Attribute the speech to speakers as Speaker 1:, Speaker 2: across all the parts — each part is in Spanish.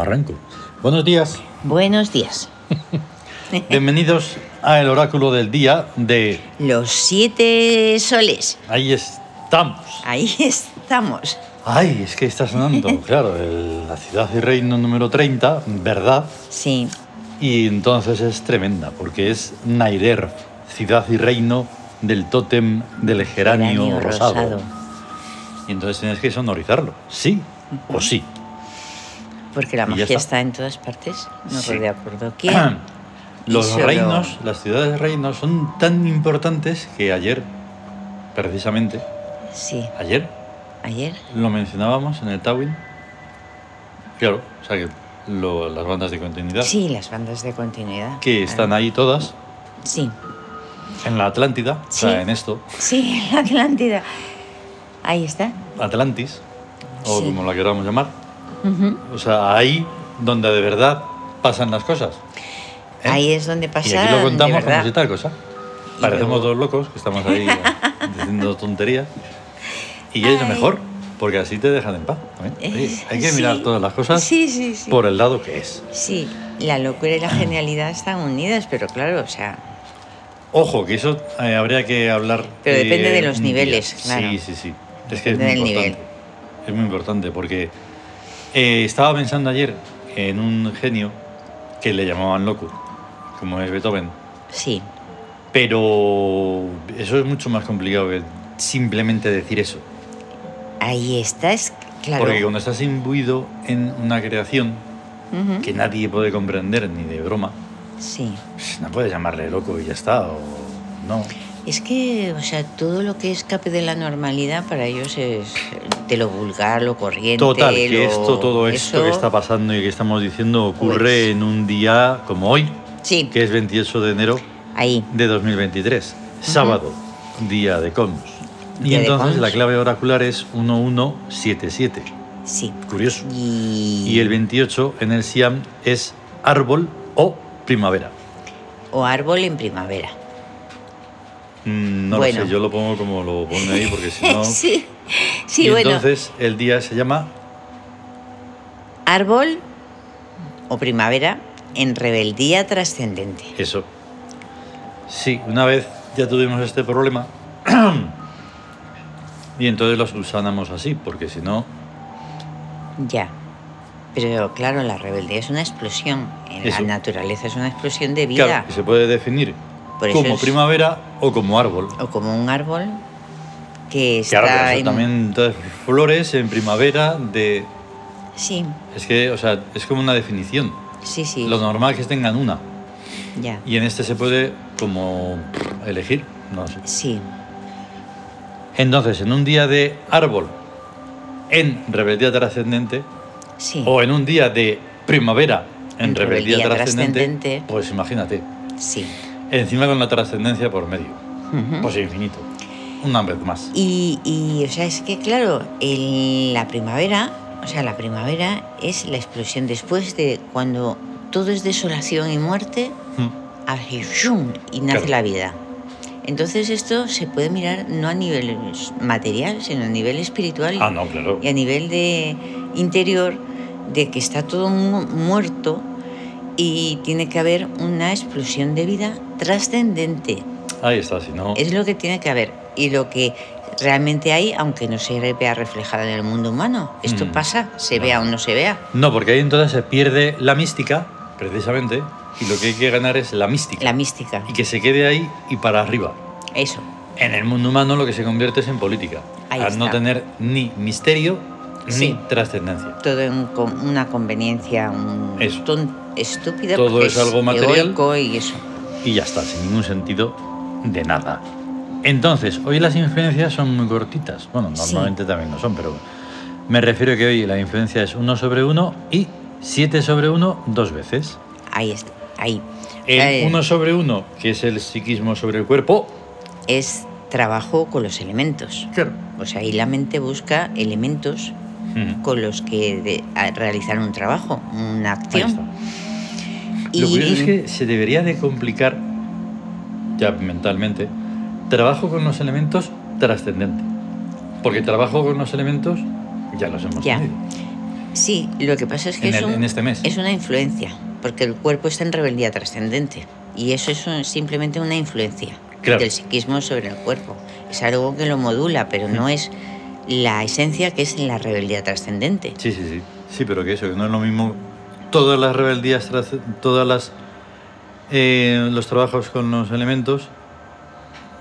Speaker 1: arranco. Buenos días.
Speaker 2: Buenos días.
Speaker 1: Bienvenidos a el oráculo del día de...
Speaker 2: Los siete soles.
Speaker 1: Ahí estamos.
Speaker 2: Ahí estamos.
Speaker 1: Ay, es que está sonando, claro, el- la ciudad y reino número 30, ¿verdad?
Speaker 2: Sí.
Speaker 1: Y entonces es tremenda, porque es Nairer, ciudad y reino del tótem del geranio,
Speaker 2: geranio
Speaker 1: rosado.
Speaker 2: rosado.
Speaker 1: Y entonces tienes que sonorizarlo, sí o sí.
Speaker 2: Porque la
Speaker 1: Y ya
Speaker 2: magia
Speaker 1: está.
Speaker 2: está. en todas partes. No
Speaker 1: Sí.
Speaker 2: rodea por doquier. Y
Speaker 1: Los
Speaker 2: solo-
Speaker 1: reinos, las ciudades reinos son tan importantes que ayer, precisamente,
Speaker 2: Sí.
Speaker 1: ayer
Speaker 2: Ayer.
Speaker 1: lo mencionábamos en el Tawin. Claro, o sea que lo- las bandas de continuidad
Speaker 2: Sí, las bandas de continuidad. Ah,
Speaker 1: que están ahí todas
Speaker 2: Sí.
Speaker 1: en la Atlántida, o sea,
Speaker 2: Sí.
Speaker 1: en esto,
Speaker 2: Sí, la Atlántida. Ahí está.
Speaker 1: Atlantis, o
Speaker 2: Sí.
Speaker 1: como la queramos llamar.
Speaker 2: Ujú.
Speaker 1: O sea, ahí donde de verdad pasan las cosas. ¿eh?
Speaker 2: Ahí es donde pasa.
Speaker 1: Y aquí lo
Speaker 2: de
Speaker 1: contamos como
Speaker 2: verdad.
Speaker 1: si tal cosa.
Speaker 2: Y
Speaker 1: Parecemos
Speaker 2: luego-
Speaker 1: dos locos que estamos ahí diciendo tonterías. Y es lo
Speaker 2: Ay.
Speaker 1: mejor, porque así te dejan en paz. también. Oye, hay que
Speaker 2: Eh, Sí.
Speaker 1: mirar todas las cosas
Speaker 2: Sí, sí, sí.
Speaker 1: por el lado que es.
Speaker 2: Sí, la locura y la genialidad están unidas, pero claro, o sea,
Speaker 1: Ojo, que eso eh, habría que hablar.
Speaker 2: Pero
Speaker 1: eh,
Speaker 2: depende de los
Speaker 1: un día.
Speaker 2: niveles, claro.
Speaker 1: Sí, sí, sí. Es que es
Speaker 2: Depende
Speaker 1: muy
Speaker 2: del
Speaker 1: importante.
Speaker 2: nivel.
Speaker 1: Es muy importante porque eh, estaba pensando ayer en un genio que le llamaban loco, como es Beethoven.
Speaker 2: sí,
Speaker 1: Pero eso es mucho más complicado que simplemente decir eso.
Speaker 2: ahí está, es claro.
Speaker 1: Porque cuando estás imbuido en una creación
Speaker 2: Ujú,
Speaker 1: que nadie puede comprender ni de broma,
Speaker 2: Sí,
Speaker 1: pues no puedes llamarle loco y ya está, o no.
Speaker 2: es que, o sea, todo lo que escape de la normalidad para ellos es de lo vulgar, lo corriente.
Speaker 1: Total, que
Speaker 2: lo-
Speaker 1: esto, todo esto
Speaker 2: eso.
Speaker 1: que está pasando y que estamos diciendo ocurre
Speaker 2: Pues-
Speaker 1: en un día como hoy,
Speaker 2: Sí,
Speaker 1: que es 28 de enero
Speaker 2: ahí,
Speaker 1: de 2023, sábado, día de Comus. Y
Speaker 2: Día de
Speaker 1: entonces
Speaker 2: Comus.
Speaker 1: la clave oracular es 1177.
Speaker 2: sí.
Speaker 1: Curioso.
Speaker 2: Y,
Speaker 1: Y el 28 en el Siam es árbol o primavera.
Speaker 2: O árbol en primavera.
Speaker 1: Mm, No
Speaker 2: Bueno.
Speaker 1: lo sé, yo lo pongo como lo pone ahí porque si no.
Speaker 2: sí, sí,
Speaker 1: y
Speaker 2: bueno,
Speaker 1: entonces el día se llama
Speaker 2: árbol o primavera en rebeldía trascendente.
Speaker 1: Eso. Sí, una vez ya tuvimos este problema y entonces lo subsanamos así, porque si no
Speaker 2: Ya. Pero claro, la rebeldía es una explosión. En
Speaker 1: Eso.
Speaker 2: La naturaleza es una explosión de vida.
Speaker 1: claro, que se puede definir
Speaker 2: Por eso
Speaker 1: como
Speaker 2: es-
Speaker 1: primavera o como árbol.
Speaker 2: O como un árbol que
Speaker 1: Que
Speaker 2: está
Speaker 1: ahora por eso
Speaker 2: en-
Speaker 1: también entonces, flores en primavera de
Speaker 2: Sí,
Speaker 1: es que, o sea, es como una definición.
Speaker 2: sí, sí.
Speaker 1: Lo normal es que tengan una
Speaker 2: Ya.
Speaker 1: y en este se puede como elegir, no sé.
Speaker 2: Sí,
Speaker 1: Entonces, en un día de árbol en rebeldía trascendente,
Speaker 2: sí.
Speaker 1: o en un día de primavera en,
Speaker 2: En
Speaker 1: rebeldía,
Speaker 2: rebeldía
Speaker 1: trascendente,
Speaker 2: trascendente.
Speaker 1: pues imagínate,
Speaker 2: Sí.
Speaker 1: encima con la trascendencia por medio,
Speaker 2: Ujú.
Speaker 1: pues infinito, una vez más.
Speaker 2: Y, y, o sea, es que claro, el- la primavera, o sea, la primavera es la explosión después de cuando todo es desolación y muerte,
Speaker 1: Mm,
Speaker 2: hace ¡shum! y nace
Speaker 1: Claro.
Speaker 2: la vida. Entonces esto se puede mirar no a nivel material, sino a nivel espiritual
Speaker 1: Ah, no, claro.
Speaker 2: y a nivel de interior, de que está todo mu- muerto y tiene que haber una explosión de vida trascendente.
Speaker 1: Ahí está, si no,
Speaker 2: Es lo que tiene que haber y lo que realmente hay, aunque no se vea reflejada en el mundo humano. Esto
Speaker 1: Mm.
Speaker 2: pasa, se
Speaker 1: No.
Speaker 2: vea o no se vea.
Speaker 1: no, porque ahí entonces se pierde la mística, precisamente, y lo que hay que ganar es la mística
Speaker 2: La mística,
Speaker 1: y que se quede ahí y para arriba.
Speaker 2: eso,
Speaker 1: En el mundo humano lo que se convierte es en política,
Speaker 2: Ahí
Speaker 1: al no
Speaker 2: está.
Speaker 1: tener ni misterio ni
Speaker 2: Sí.
Speaker 1: trascendencia.
Speaker 2: todo en con- una conveniencia un
Speaker 1: Eso.
Speaker 2: ton- estúpida.
Speaker 1: Todo
Speaker 2: porque
Speaker 1: es algo material.
Speaker 2: egoico y eso.
Speaker 1: y ya está, sin ningún sentido de nada. Entonces, hoy las influencias son muy cortitas. Bueno,
Speaker 2: Sí.
Speaker 1: normalmente también lo son, pero me refiero que hoy la influencia es 1 sobre 1 y 7 sobre 1 dos veces.
Speaker 2: Ahí está, ahí. Eh,
Speaker 1: El 1 sobre 1, que es el psiquismo sobre el cuerpo.
Speaker 2: Es trabajo con los elementos.
Speaker 1: Claro.
Speaker 2: O sea, ahí la mente busca elementos con los que de- a- realizar un trabajo, una acción.
Speaker 1: Lo curioso es que se debería de complicar, ya mentalmente, trabajo con los elementos trascendente. Porque trabajo con los elementos ya los hemos
Speaker 2: Ya.
Speaker 1: tenido.
Speaker 2: Sí, lo que pasa es que
Speaker 1: En
Speaker 2: es,
Speaker 1: el-
Speaker 2: un-
Speaker 1: en este mes.
Speaker 2: es una influencia, porque el cuerpo está en rebeldía trascendente y eso es un- simplemente una influencia
Speaker 1: Claro.
Speaker 2: del psiquismo sobre el cuerpo. Es algo que lo modula, pero
Speaker 1: Mm.
Speaker 2: no es la esencia que es la rebeldía trascendente.
Speaker 1: Sí, sí, sí. Sí, pero que eso, que no es lo mismo. Todas las rebeldías, tras- todas las. eh, los trabajos con los elementos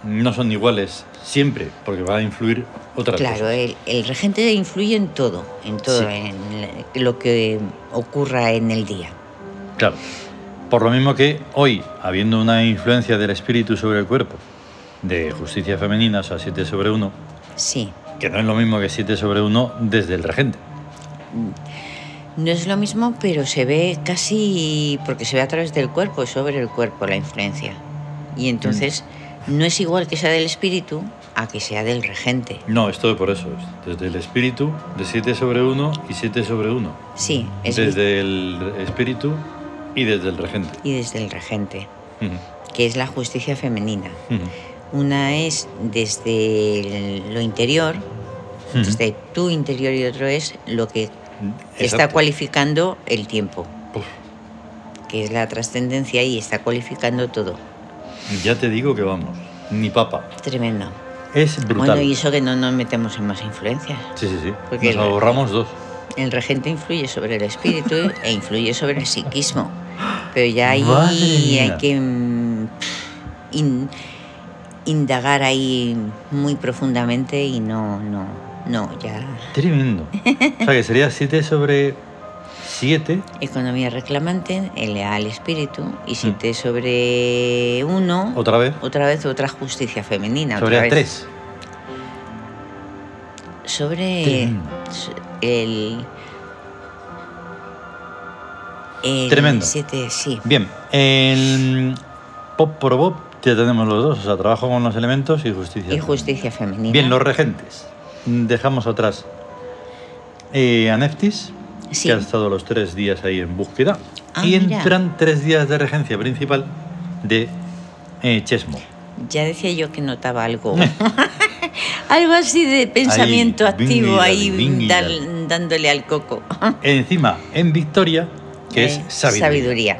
Speaker 1: no son iguales siempre, porque va a influir otra
Speaker 2: Claro, el, el regente influye en todo, en todo,
Speaker 1: pues. Sí.
Speaker 2: en lo que ocurra en el día.
Speaker 1: Claro. Por lo mismo que hoy, habiendo una influencia del espíritu sobre el cuerpo, de justicia femenina, o sea, 7 sobre 1,
Speaker 2: Sí,
Speaker 1: que no es lo mismo que 7 sobre 1 desde el regente.
Speaker 2: no es lo mismo, pero se ve casi, porque se ve a través del cuerpo, sobre el cuerpo la influencia. Y entonces
Speaker 1: Mm.
Speaker 2: no es igual que sea del espíritu a que sea del regente.
Speaker 1: No, esto por eso, es desde el espíritu, de 7 sobre 1 y 7 sobre 1.
Speaker 2: Sí, es
Speaker 1: Desde el espíritu y desde el regente.
Speaker 2: y desde el regente,
Speaker 1: Ujú,
Speaker 2: que es la justicia femenina.
Speaker 1: ujú,
Speaker 2: Una es desde el- lo interior,
Speaker 1: ujú.
Speaker 2: desde tu interior y otro es lo que está
Speaker 1: Exacto.
Speaker 2: cualificando el tiempo,
Speaker 1: Uf,
Speaker 2: que es la trascendencia y está cualificando todo.
Speaker 1: Ya te digo que vamos, ni papa.
Speaker 2: Tremendo.
Speaker 1: Es brutal.
Speaker 2: Bueno, y eso que no nos metemos en más influencias.
Speaker 1: Sí, sí, sí.
Speaker 2: Porque
Speaker 1: Nos
Speaker 2: el-
Speaker 1: ahorramos dos.
Speaker 2: El regente influye sobre el espíritu e influye sobre el psiquismo. Pero ya ahí
Speaker 1: Madre mía.
Speaker 2: hay que mm, in- indagar ahí muy profundamente y no, no, no, ya.
Speaker 1: Tremendo. O sea que sería 7 sobre 7.
Speaker 2: Economía reclamante, el al espíritu, y si
Speaker 1: Mm.
Speaker 2: te sobre uno, otra,
Speaker 1: Otra vez.
Speaker 2: vez otra justicia femenina.
Speaker 1: Sobre
Speaker 2: otra
Speaker 1: las
Speaker 2: vez.
Speaker 1: 3.
Speaker 2: Sobre
Speaker 1: Tremendo.
Speaker 2: s- el. el
Speaker 1: Tremendo.
Speaker 2: siete, sí.
Speaker 1: Bien, el pop por pop ya tenemos los dos, o sea, trabajo con los elementos y justicia.
Speaker 2: Y justicia femenina.
Speaker 1: Bien, los regentes. Dejamos atrás eh, a Neftis,
Speaker 2: Sí.
Speaker 1: que ha estado los tres días ahí en búsqueda.
Speaker 2: Ah,
Speaker 1: y
Speaker 2: mira.
Speaker 1: entran tres días de regencia principal de eh, Chesmo.
Speaker 2: Ya decía yo que notaba algo. algo así de pensamiento
Speaker 1: Eh. Ahí,
Speaker 2: activo
Speaker 1: bingui,
Speaker 2: ahí
Speaker 1: dale, bingui,
Speaker 2: dal-
Speaker 1: dale.
Speaker 2: dándole al coco.
Speaker 1: Encima, en Victoria, que
Speaker 2: Eh,
Speaker 1: es sabiduría.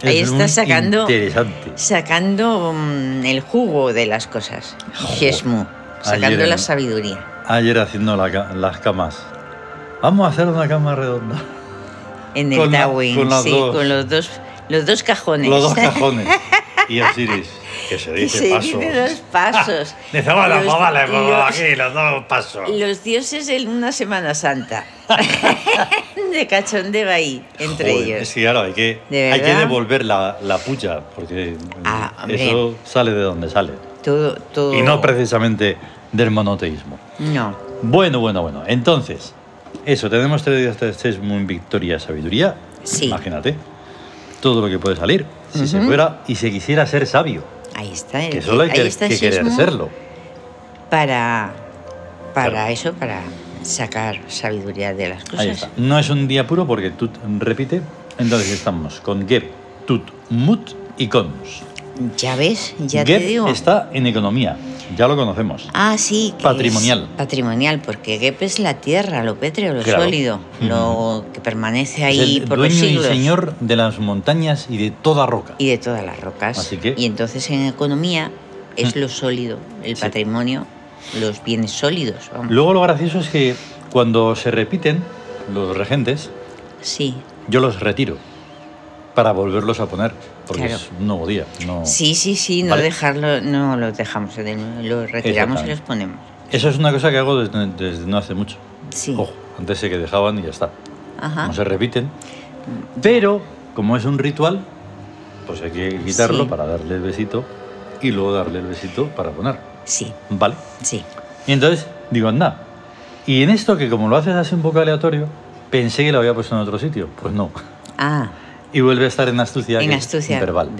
Speaker 1: Es
Speaker 2: Ahí está
Speaker 1: muy
Speaker 2: sacando-
Speaker 1: Interesante.
Speaker 2: Sacando mm, el jugo de las cosas.
Speaker 1: Joder.
Speaker 2: Chesmu. Sacando
Speaker 1: Ayer en-
Speaker 2: la sabiduría.
Speaker 1: Ayer haciendo la ca- las camas. Vamos a hacer una cama redonda.
Speaker 2: En el
Speaker 1: Con la-
Speaker 2: Darwin.
Speaker 1: con las
Speaker 2: sí,
Speaker 1: dos.
Speaker 2: con los dos, los dos cajones.
Speaker 1: Los dos cajones. Y Osiris, que se
Speaker 2: Y
Speaker 1: dice
Speaker 2: se
Speaker 1: pasos.
Speaker 2: dice dos pasos.
Speaker 1: De Zabala,
Speaker 2: Los-
Speaker 1: Zabala, pues,
Speaker 2: los-
Speaker 1: aquí, los dos pasos.
Speaker 2: Los dioses en una Semana Santa. de cachondeo ahí, entre
Speaker 1: Joder,
Speaker 2: ellos.
Speaker 1: Es que claro, hay que,
Speaker 2: ¿De
Speaker 1: hay que
Speaker 2: verdad?
Speaker 1: devolver la, la puya, porque
Speaker 2: Ah, hombre. Oh.
Speaker 1: eso sale de donde sale.
Speaker 2: Todo, todo.
Speaker 1: Y no precisamente del monoteísmo.
Speaker 2: No.
Speaker 1: Bueno, bueno, bueno. Entonces, eso, tenemos tres días de sesmo en victoria sabiduría.
Speaker 2: Sí.
Speaker 1: Imagínate. Todo lo que puede salir. Si se
Speaker 2: Ujú.
Speaker 1: fuera y se quisiera ser sabio.
Speaker 2: Ahí está. el-
Speaker 1: Que solo hay
Speaker 2: ahí
Speaker 1: que,
Speaker 2: está
Speaker 1: que querer
Speaker 2: Sismo
Speaker 1: serlo.
Speaker 2: Para, para
Speaker 1: Claro.
Speaker 2: eso, para sacar sabiduría de las cosas.
Speaker 1: Ahí está. No es un día puro porque Tut repite. Entonces estamos con Geb, Tut, Mut y Cons.
Speaker 2: Ya ves, ya
Speaker 1: Geb
Speaker 2: te digo.
Speaker 1: está en economía. Ya lo conocemos.
Speaker 2: Ah, sí. que es
Speaker 1: Patrimonial.
Speaker 2: patrimonial, porque Gep es la tierra, lo pétreo, lo
Speaker 1: Claro.
Speaker 2: sólido,
Speaker 1: Ujú.
Speaker 2: lo que permanece ahí
Speaker 1: es el
Speaker 2: por
Speaker 1: dueño
Speaker 2: los
Speaker 1: y
Speaker 2: siglos.
Speaker 1: señor de las montañas y de toda roca.
Speaker 2: y de todas las rocas.
Speaker 1: Así que- Mm.
Speaker 2: Y entonces en economía es lo sólido, el
Speaker 1: Sí.
Speaker 2: patrimonio, los bienes sólidos, vamos.
Speaker 1: Luego lo gracioso es que cuando se repiten los regentes,
Speaker 2: Sí,
Speaker 1: yo los retiro para volverlos a poner, porque
Speaker 2: Claro.
Speaker 1: es un nuevo día. No...
Speaker 2: sí, sí, sí, no
Speaker 1: Oh. Vale.
Speaker 2: dejarlo, no los dejamos, de nuevo, los retiramos y
Speaker 1: Exactamente.
Speaker 2: los ponemos.
Speaker 1: Eso es una cosa que hago desde, desde no hace mucho.
Speaker 2: Sí. Ah.
Speaker 1: Ojo, antes se que dejaban y ya está.
Speaker 2: Ajá.
Speaker 1: No se repiten. Pero, como es un ritual, pues hay que quitarlo
Speaker 2: Sí.
Speaker 1: para darle el besito y luego darle el besito para poner.
Speaker 2: Sí,
Speaker 1: ¿Vale?
Speaker 2: sí.
Speaker 1: Y entonces digo, anda. Y en esto, que como lo haces así un poco aleatorio, pensé que lo había puesto en otro sitio. Pues no.
Speaker 2: Ah,
Speaker 1: Y vuelve a estar en astucia.
Speaker 2: en
Speaker 1: que es
Speaker 2: astucia
Speaker 1: verbal.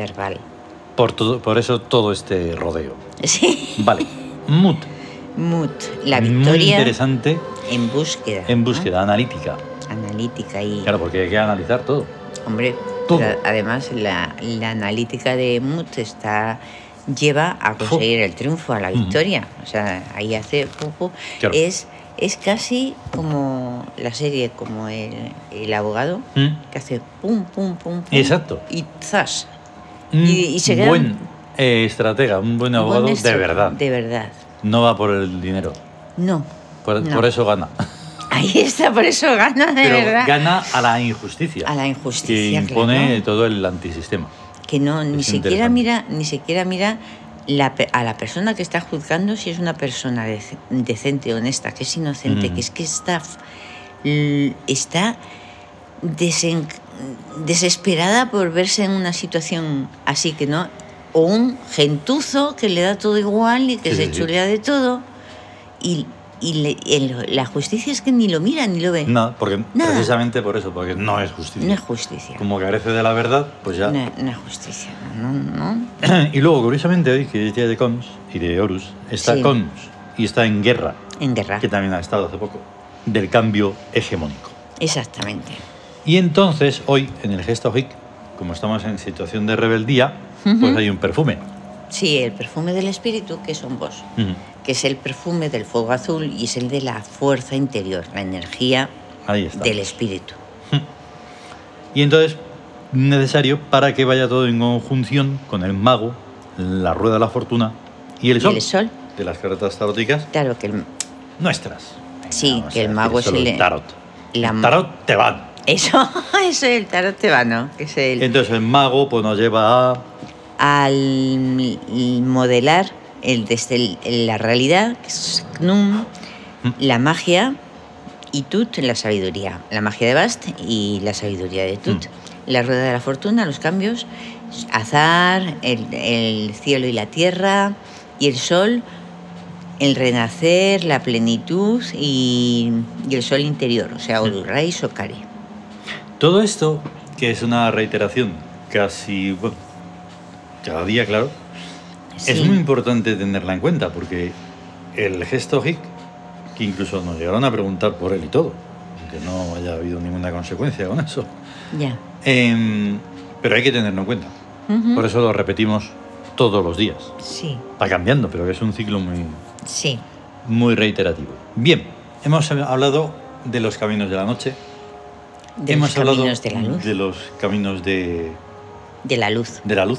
Speaker 1: Por, todo, por eso todo este rodeo.
Speaker 2: Sí.
Speaker 1: Vale. Mut.
Speaker 2: Mut, la
Speaker 1: Muy
Speaker 2: victoria
Speaker 1: interesante
Speaker 2: en búsqueda.
Speaker 1: en
Speaker 2: ¿no?
Speaker 1: búsqueda analítica.
Speaker 2: Analítica y...
Speaker 1: Claro, porque hay que analizar todo.
Speaker 2: Hombre,
Speaker 1: Todo.
Speaker 2: pero además la, la analítica de Mut está lleva a
Speaker 1: Ojo.
Speaker 2: conseguir el triunfo, a la
Speaker 1: Ujú.
Speaker 2: victoria. O sea, ahí hace poco
Speaker 1: Claro.
Speaker 2: es Es casi como la serie, como el, el abogado,
Speaker 1: ¿Mm?
Speaker 2: que hace pum, pum, pum, pum.
Speaker 1: Exacto.
Speaker 2: Y zas.
Speaker 1: Un
Speaker 2: y se quedan-
Speaker 1: Mm. buen eh, estratega, un buen abogado
Speaker 2: Buen
Speaker 1: de
Speaker 2: estro-
Speaker 1: verdad.
Speaker 2: De verdad.
Speaker 1: No va por el dinero.
Speaker 2: No.
Speaker 1: Por,
Speaker 2: No.
Speaker 1: por eso gana.
Speaker 2: Ahí está, por eso gana de
Speaker 1: Pero
Speaker 2: verdad.
Speaker 1: gana a la injusticia.
Speaker 2: A la
Speaker 1: que
Speaker 2: injusticia,
Speaker 1: impone
Speaker 2: claro.
Speaker 1: todo el antisistema.
Speaker 2: que no ni
Speaker 1: Es
Speaker 2: siquiera
Speaker 1: interesante.
Speaker 2: mira ni siquiera mira la pe- a la persona que está juzgando si es una persona dec- decente honesta que es inocente
Speaker 1: Mm.
Speaker 2: que es que está f- l- está desen- desesperada por verse en una situación así que no o un gentuzo que le da todo igual y que
Speaker 1: Sí,
Speaker 2: se
Speaker 1: sí, sí.
Speaker 2: chulea de todo y, y le- el- la justicia es que ni lo mira ni lo ve
Speaker 1: No, porque
Speaker 2: Nada.
Speaker 1: precisamente por eso, porque no es justicia.
Speaker 2: no es justicia
Speaker 1: Como carece de la verdad, pues ya.
Speaker 2: no, no es justicia no, no.
Speaker 1: y luego, curiosamente, hoy que es día de Cons y de Horus, está
Speaker 2: Sí. Ah.
Speaker 1: Cons y está en guerra,
Speaker 2: en guerra
Speaker 1: que también ha estado hace poco, del cambio hegemónico.
Speaker 2: exactamente
Speaker 1: Y entonces, hoy, en el gesto hic, como estamos en situación de rebeldía, pues
Speaker 2: Ujú.
Speaker 1: hay un perfume.
Speaker 2: Sí, el perfume del espíritu, que son vos,
Speaker 1: Ujú.
Speaker 2: que es el perfume del fuego azul y es el de la fuerza interior, la energía
Speaker 1: Ahí está.
Speaker 2: del espíritu.
Speaker 1: Y entonces, necesario para que vaya todo en conjunción con el mago, la rueda de la fortuna y el
Speaker 2: Y
Speaker 1: sol.
Speaker 2: el sol,
Speaker 1: De las cartas taróticas
Speaker 2: claro que el-
Speaker 1: nuestras. Venga,
Speaker 2: Sí,
Speaker 1: vamos
Speaker 2: que
Speaker 1: a
Speaker 2: el
Speaker 1: decir
Speaker 2: mago es
Speaker 1: solo
Speaker 2: el-
Speaker 1: el tarot.
Speaker 2: la-
Speaker 1: El tarot te va.
Speaker 2: eso, eso es el tarot tebano, que es el
Speaker 1: Entonces el mago pues nos lleva a...
Speaker 2: al y modelar el, desde el- la realidad, que es Gnum,
Speaker 1: ¿Mm?
Speaker 2: la magia y Tut, la sabiduría. La magia de Bast y la sabiduría de Tut.
Speaker 1: Mm.
Speaker 2: La rueda de la fortuna, los cambios, azar, el, el cielo y la tierra y el sol, el renacer, la plenitud y, y el sol interior, o
Speaker 1: ¿Mm?
Speaker 2: sea, Odurai y Sokari.
Speaker 1: Todo esto, que es una reiteración casi... bueno, cada día, claro. Es
Speaker 2: Sí.
Speaker 1: muy importante tenerla en cuenta porque el gesto hic, que incluso nos llegaron a preguntar por él y todo, que no haya habido ninguna consecuencia con eso.
Speaker 2: Ya.
Speaker 1: Em, pero hay que tenerlo en cuenta.
Speaker 2: Ujú.
Speaker 1: Por eso lo repetimos todos los días.
Speaker 2: Sí,
Speaker 1: Va cambiando, pero es un ciclo muy,
Speaker 2: sí.
Speaker 1: muy reiterativo. Bien, hemos hablado de los caminos de la noche.
Speaker 2: De
Speaker 1: hemos
Speaker 2: los
Speaker 1: hablado
Speaker 2: caminos de la luz.
Speaker 1: de los caminos de,
Speaker 2: de la luz.
Speaker 1: de la luz.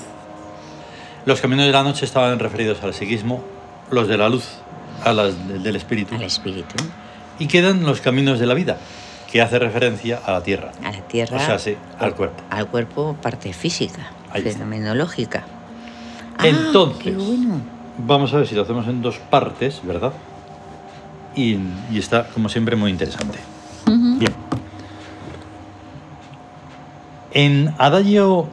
Speaker 1: Los caminos de la noche estaban referidos al psiquismo, los de la luz a las de- del espíritu.
Speaker 2: al espíritu,
Speaker 1: Y quedan los caminos de la vida, que hace referencia a la tierra.
Speaker 2: a la tierra,
Speaker 1: O sea, sí, al cuerpo.
Speaker 2: al cuerpo parte física,
Speaker 1: Ahí está.
Speaker 2: fenomenológica.
Speaker 1: Entonces.
Speaker 2: Ah, qué bueno.
Speaker 1: Vamos a ver si lo hacemos en dos partes, ¿verdad? Y, y está, como siempre, muy interesante.
Speaker 2: Ujú.
Speaker 1: Bien. En Adagio.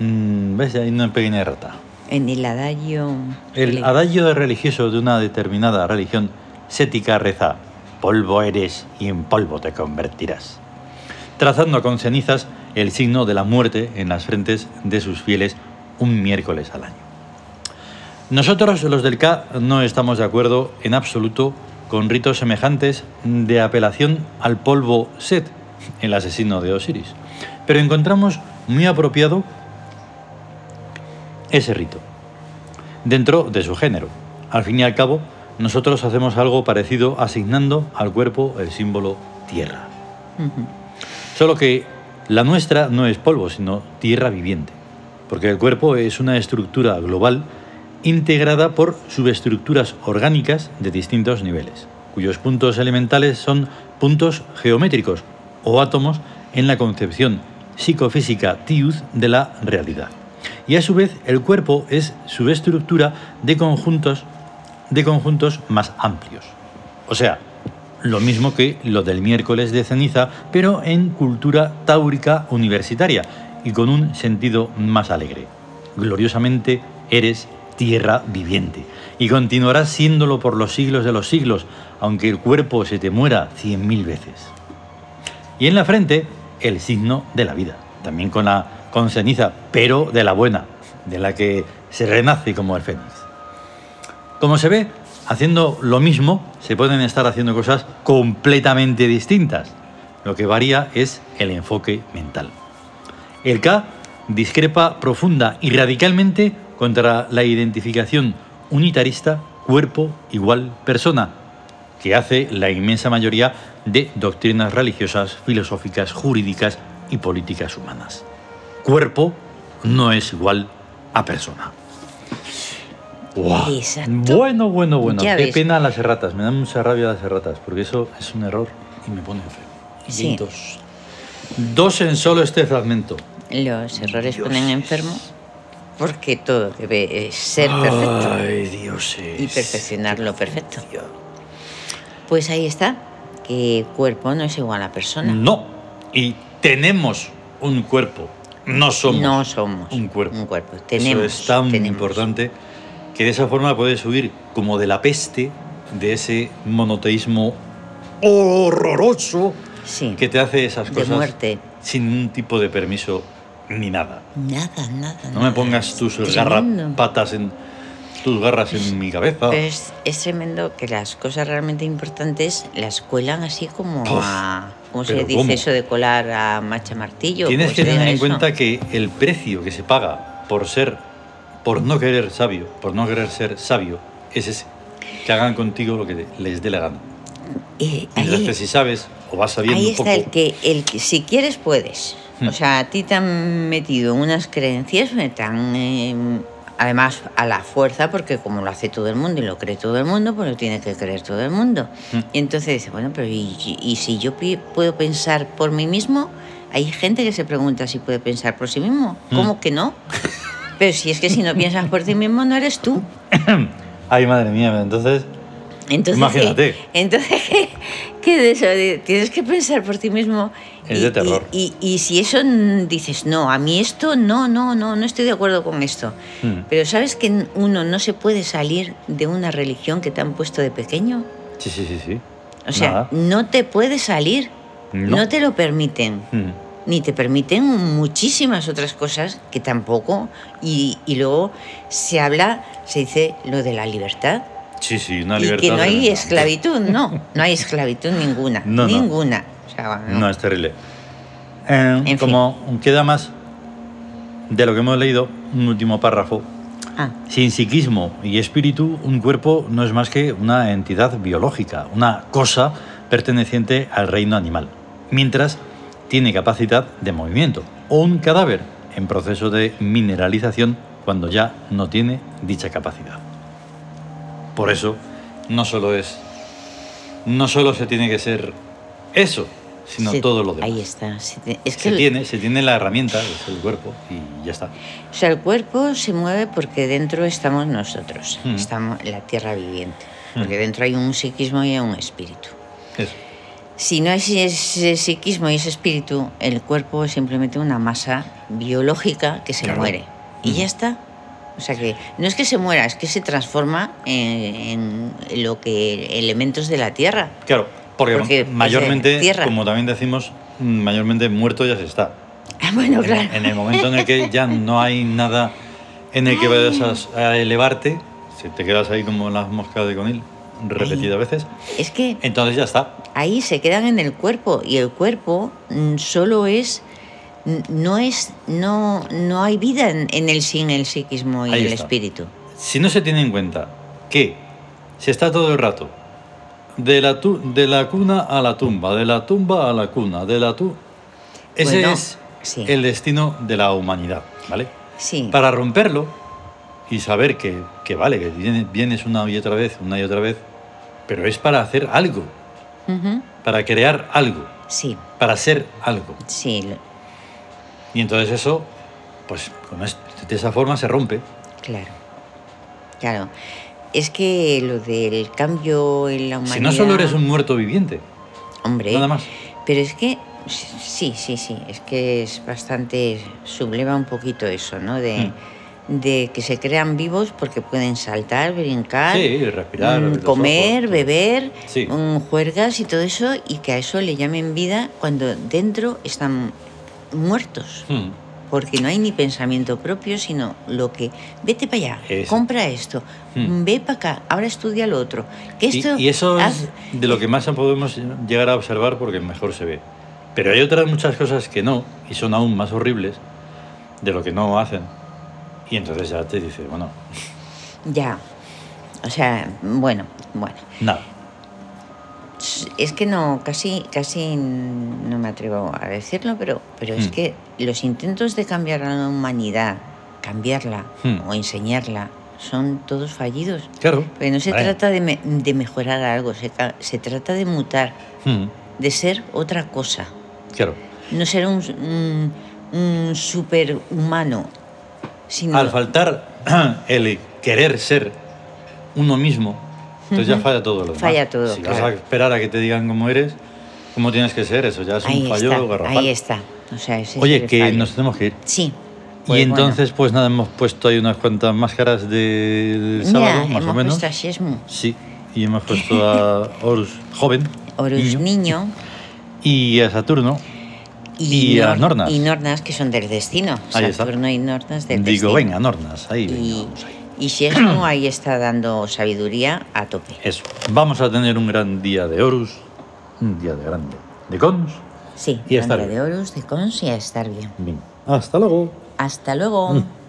Speaker 1: Mm, ¿Ves? Hay una pequeña errata.
Speaker 2: En el adagio.
Speaker 1: El
Speaker 2: le-
Speaker 1: adagio religioso de una determinada religión sética reza: polvo eres y en polvo te convertirás. Trazando con cenizas el signo de la muerte en las frentes de sus fieles un miércoles al año. Nosotros, los del K, no estamos de acuerdo en absoluto con ritos semejantes de apelación al polvo Set, el asesino de Osiris, pero encontramos muy apropiado ese rito dentro de su género. Al fin y al cabo, nosotros hacemos algo parecido asignando al cuerpo el símbolo tierra.
Speaker 2: Ujú.
Speaker 1: Solo que la nuestra no es polvo, sino tierra viviente. Porque el cuerpo es una estructura global integrada por subestructuras orgánicas de distintos niveles, cuyos puntos elementales son puntos geométricos o átomos en la concepción psicofísica TIUD de la realidad. Y a su vez, el cuerpo es subestructura de conjuntos, de conjuntos más amplios. O sea, lo mismo que lo del miércoles de ceniza, pero en cultura táurica universitaria y con un sentido más alegre. Gloriosamente eres tierra viviente y continuarás siéndolo por los siglos de los siglos, aunque el cuerpo se te muera cien mil veces. Y en la frente, el signo de la vida, también con, la, con ceniza, pero de la buena, de la que se renace como el fénix. Como se ve, haciendo lo mismo, se pueden estar haciendo cosas completamente distintas. Lo que varía es el enfoque mental. El K discrepa profunda y radicalmente contra la identificación unitarista cuerpo igual persona, que hace la inmensa mayoría de doctrinas religiosas, filosóficas, jurídicas y políticas humanas. Cuerpo no es igual a persona. Guau.
Speaker 2: Exacto.
Speaker 1: Bueno, bueno, bueno.
Speaker 2: Ya
Speaker 1: Qué
Speaker 2: ves.
Speaker 1: pena las erratas. Me dan mucha rabia las erratas, porque eso es un error y me pone feo.
Speaker 2: Sí.
Speaker 1: Y Dos. Dos en solo este fragmento.
Speaker 2: Los errores
Speaker 1: Dioses.
Speaker 2: ponen enfermo porque todo lo que ve es ser perfecto
Speaker 1: Ay, dioses.
Speaker 2: y perfeccionar lo perfecto. Pues ahí está, que cuerpo no es igual a persona.
Speaker 1: No. Y tenemos un cuerpo. No somos.
Speaker 2: no somos
Speaker 1: un cuerpo.
Speaker 2: Tenemos.
Speaker 1: Eso es tan
Speaker 2: tenemos.
Speaker 1: importante que de esa forma puedes huir como de la peste, de ese monoteísmo horroroso
Speaker 2: Sí.
Speaker 1: que te hace esas
Speaker 2: De
Speaker 1: cosas
Speaker 2: muerte.
Speaker 1: sin ningún tipo de permiso ni nada.
Speaker 2: Nada, nada.
Speaker 1: No me
Speaker 2: nada.
Speaker 1: pongas tus
Speaker 2: Es tremendo.
Speaker 1: garrapatas en tus garras en mi cabeza.
Speaker 2: Pero es, es tremendo que las cosas realmente importantes las cuelan así como
Speaker 1: Puf,
Speaker 2: a. ¿Cómo se
Speaker 1: pero
Speaker 2: dice
Speaker 1: ¿cómo?
Speaker 2: eso de colar a macha martillo?
Speaker 1: Tienes
Speaker 2: ¿Cómo
Speaker 1: que
Speaker 2: se
Speaker 1: tener
Speaker 2: diga
Speaker 1: en
Speaker 2: pues, eso?
Speaker 1: cuenta que el precio que se paga por ser, por no querer sabio, por no querer ser sabio, es ese. Que hagan contigo lo que te- les dé la gana.
Speaker 2: Eh,
Speaker 1: Mientras
Speaker 2: ahí-
Speaker 1: que si sabes o vas sabiendo
Speaker 2: Ahí
Speaker 1: un poco.
Speaker 2: está el que, el que si quieres puedes.
Speaker 1: Hmm.
Speaker 2: O sea, a ti te han metido unas creencias eh, tan eh, además a la fuerza porque como lo hace todo el mundo y lo cree todo el mundo, pues lo tiene que creer todo el mundo.
Speaker 1: Hmm.
Speaker 2: Y entonces dice, bueno, pero ¿y, y- y si yo pi- puedo pensar por mí mismo? Hay gente que se pregunta si puede pensar por sí mismo.
Speaker 1: Hmm.
Speaker 2: ¿Cómo que no? Pero si es que si no piensas por ti mismo no eres tú.
Speaker 1: Ay, madre mía, entonces.
Speaker 2: Entonces,
Speaker 1: Imagínate.
Speaker 2: ¿qué? Entonces, ¿qué, qué de eso? De- Tienes que pensar por ti mismo.
Speaker 1: Es
Speaker 2: Y-
Speaker 1: de terror.
Speaker 2: Y, y- y si eso mm, dices, no, a mí esto, no, no, no, no estoy de acuerdo con esto.
Speaker 1: mm,
Speaker 2: Pero ¿sabes que n- uno no se puede salir de una religión que te han puesto de pequeño?
Speaker 1: Sí, sí, sí, sí.
Speaker 2: O sea,
Speaker 1: Nada.
Speaker 2: no te puedes salir.
Speaker 1: No.
Speaker 2: no te lo permiten
Speaker 1: Mm,
Speaker 2: ni te permiten muchísimas otras cosas que tampoco. Y, y luego se habla, se dice lo de la libertad.
Speaker 1: Sí, sí, una
Speaker 2: y
Speaker 1: libertad.
Speaker 2: que no hay
Speaker 1: tremenda.
Speaker 2: esclavitud, no, no hay esclavitud ninguna,
Speaker 1: No, no.
Speaker 2: ninguna. O sea, bueno,
Speaker 1: No, es terrible. Eh,
Speaker 2: En fin.
Speaker 1: como queda más de lo que hemos leído, un último párrafo.
Speaker 2: ah,
Speaker 1: Sin psiquismo y espíritu, un cuerpo no es más que una entidad biológica, una cosa perteneciente al reino animal, mientras tiene capacidad de movimiento, o un cadáver en proceso de mineralización cuando ya no tiene dicha capacidad. Por eso, no solo es. No solo se tiene que ser eso, sino
Speaker 2: se-
Speaker 1: todo lo demás.
Speaker 2: Ahí está. se te- es que
Speaker 1: Se
Speaker 2: el,
Speaker 1: tiene, se tiene la herramienta, es el cuerpo, y ya está.
Speaker 2: o sea, el cuerpo se mueve porque dentro estamos nosotros,
Speaker 1: Mm.
Speaker 2: estamos la tierra viviente,
Speaker 1: Mm.
Speaker 2: porque dentro hay un psiquismo y hay un espíritu.
Speaker 1: Eso.
Speaker 2: Si no hay ese- ese psiquismo y ese espíritu, el cuerpo es simplemente una masa biológica que se
Speaker 1: Claro. Mm.
Speaker 2: muere. Y
Speaker 1: Ujú.
Speaker 2: ya está. O sea que no es que se muera, es que se transforma en, en lo que elementos de la tierra.
Speaker 1: Claro, porque,
Speaker 2: Porque es
Speaker 1: mayormente,
Speaker 2: de tierra.
Speaker 1: como también decimos, mayormente muerto ya se está.
Speaker 2: Ah, Bueno,
Speaker 1: En-
Speaker 2: claro.
Speaker 1: En, el momento en el que ya no hay nada en el que vayas a, a elevarte, si te quedas ahí como las moscas de conil repetidas veces,
Speaker 2: Es que
Speaker 1: entonces ya está.
Speaker 2: ahí se quedan en el cuerpo y el cuerpo mm, solo es n- no es no no hay vida en, en el sin el psiquismo y
Speaker 1: Ahí
Speaker 2: el
Speaker 1: está.
Speaker 2: espíritu.
Speaker 1: Si no se tiene en cuenta que se está todo el rato de la, tu- de la cuna a la tumba, de la tumba a la cuna, de la tu... Ese
Speaker 2: Bueno,
Speaker 1: es
Speaker 2: sí.
Speaker 1: el destino de la humanidad, ¿vale?
Speaker 2: Sí.
Speaker 1: para romperlo y saber que, que vale, que viene- vienes una y otra vez, una y otra vez, pero es para hacer algo,
Speaker 2: Ujú.
Speaker 1: para crear algo,
Speaker 2: Sí,
Speaker 1: para ser algo.
Speaker 2: sí, lo-
Speaker 1: Y entonces eso, pues con es- de esa forma se rompe.
Speaker 2: Claro, claro. Es que lo del cambio en la humanidad.
Speaker 1: Si no solo eres un muerto viviente,
Speaker 2: Hombre,
Speaker 1: nada más.
Speaker 2: pero es que. Sí, sí, sí. Es que es bastante. Subleva un poquito eso, ¿no? De,
Speaker 1: Hmm.
Speaker 2: de que se crean vivos porque pueden saltar, brincar.
Speaker 1: Sí, respirar,
Speaker 2: mm,
Speaker 1: abrir los
Speaker 2: comer,
Speaker 1: ojos.
Speaker 2: beber,
Speaker 1: Sí.
Speaker 2: mm, juergas y todo eso, y que a eso le llamen vida cuando dentro están muertos.
Speaker 1: Hmm.
Speaker 2: Porque no hay ni pensamiento propio, sino lo que. Vete para allá,
Speaker 1: Eso.
Speaker 2: compra esto,
Speaker 1: Hmm.
Speaker 2: ve para acá, ahora estudia lo otro. Que
Speaker 1: Y,
Speaker 2: esto
Speaker 1: y eso
Speaker 2: haz-
Speaker 1: es de lo que más podemos llegar a observar porque mejor se ve. Pero hay otras muchas cosas que no, y son aún más horribles, de lo que no hacen. Y entonces ya te dice, bueno,
Speaker 2: Ya. O sea, bueno, bueno.
Speaker 1: nada.
Speaker 2: es que no, casi, casi no me atrevo a decirlo, pero, pero es
Speaker 1: Mm.
Speaker 2: que los intentos de cambiar a la humanidad, cambiarla
Speaker 1: Mm.
Speaker 2: o enseñarla, son todos fallidos.
Speaker 1: Claro.
Speaker 2: Porque Pues no se
Speaker 1: Vale.
Speaker 2: trata de, me- de mejorar algo, se, ca- se trata de mutar,
Speaker 1: Mm,
Speaker 2: de ser otra cosa,
Speaker 1: Claro.
Speaker 2: no ser un, un, un superhumano, sino...
Speaker 1: Al faltar el querer ser uno mismo, entonces ya
Speaker 2: Ujú.
Speaker 1: falla todo lo demás.
Speaker 2: Falla todo,
Speaker 1: Si vas
Speaker 2: claro.
Speaker 1: a esperar a que te digan cómo eres, cómo tienes que ser, eso ya es
Speaker 2: ahí
Speaker 1: un fallo
Speaker 2: está,
Speaker 1: garrafal.
Speaker 2: ahí está. O sea, ese es
Speaker 1: Oye,
Speaker 2: el
Speaker 1: que
Speaker 2: fallo.
Speaker 1: nos tenemos que ir.
Speaker 2: Sí.
Speaker 1: y
Speaker 2: Pues bueno.
Speaker 1: entonces, pues nada, hemos puesto ahí unas cuantas máscaras del
Speaker 2: Mira,
Speaker 1: sábado, más
Speaker 2: hemos
Speaker 1: o menos.
Speaker 2: puesto a Shesmu,
Speaker 1: Sí, y hemos puesto a Horus joven.
Speaker 2: Horus
Speaker 1: niño,
Speaker 2: Niño
Speaker 1: y a Saturno. Y a las
Speaker 2: Nor-
Speaker 1: Nornas.
Speaker 2: Y Nornas, que son del destino.
Speaker 1: Ahí está.
Speaker 2: Saturno y Nornas del
Speaker 1: Digo,
Speaker 2: destino.
Speaker 1: venga, Nornas, ahí, venga,
Speaker 2: Y,
Speaker 1: vamos ahí.
Speaker 2: y Shesmu ahí está dando sabiduría a tope.
Speaker 1: Eso. Vamos a tener un gran día de Horus, un día de grande de Cons.
Speaker 2: Sí,
Speaker 1: Y a estar
Speaker 2: planta de Horus, de Cons y a estar bien.
Speaker 1: Bien. Hasta luego.
Speaker 2: Hasta luego.
Speaker 1: Mm.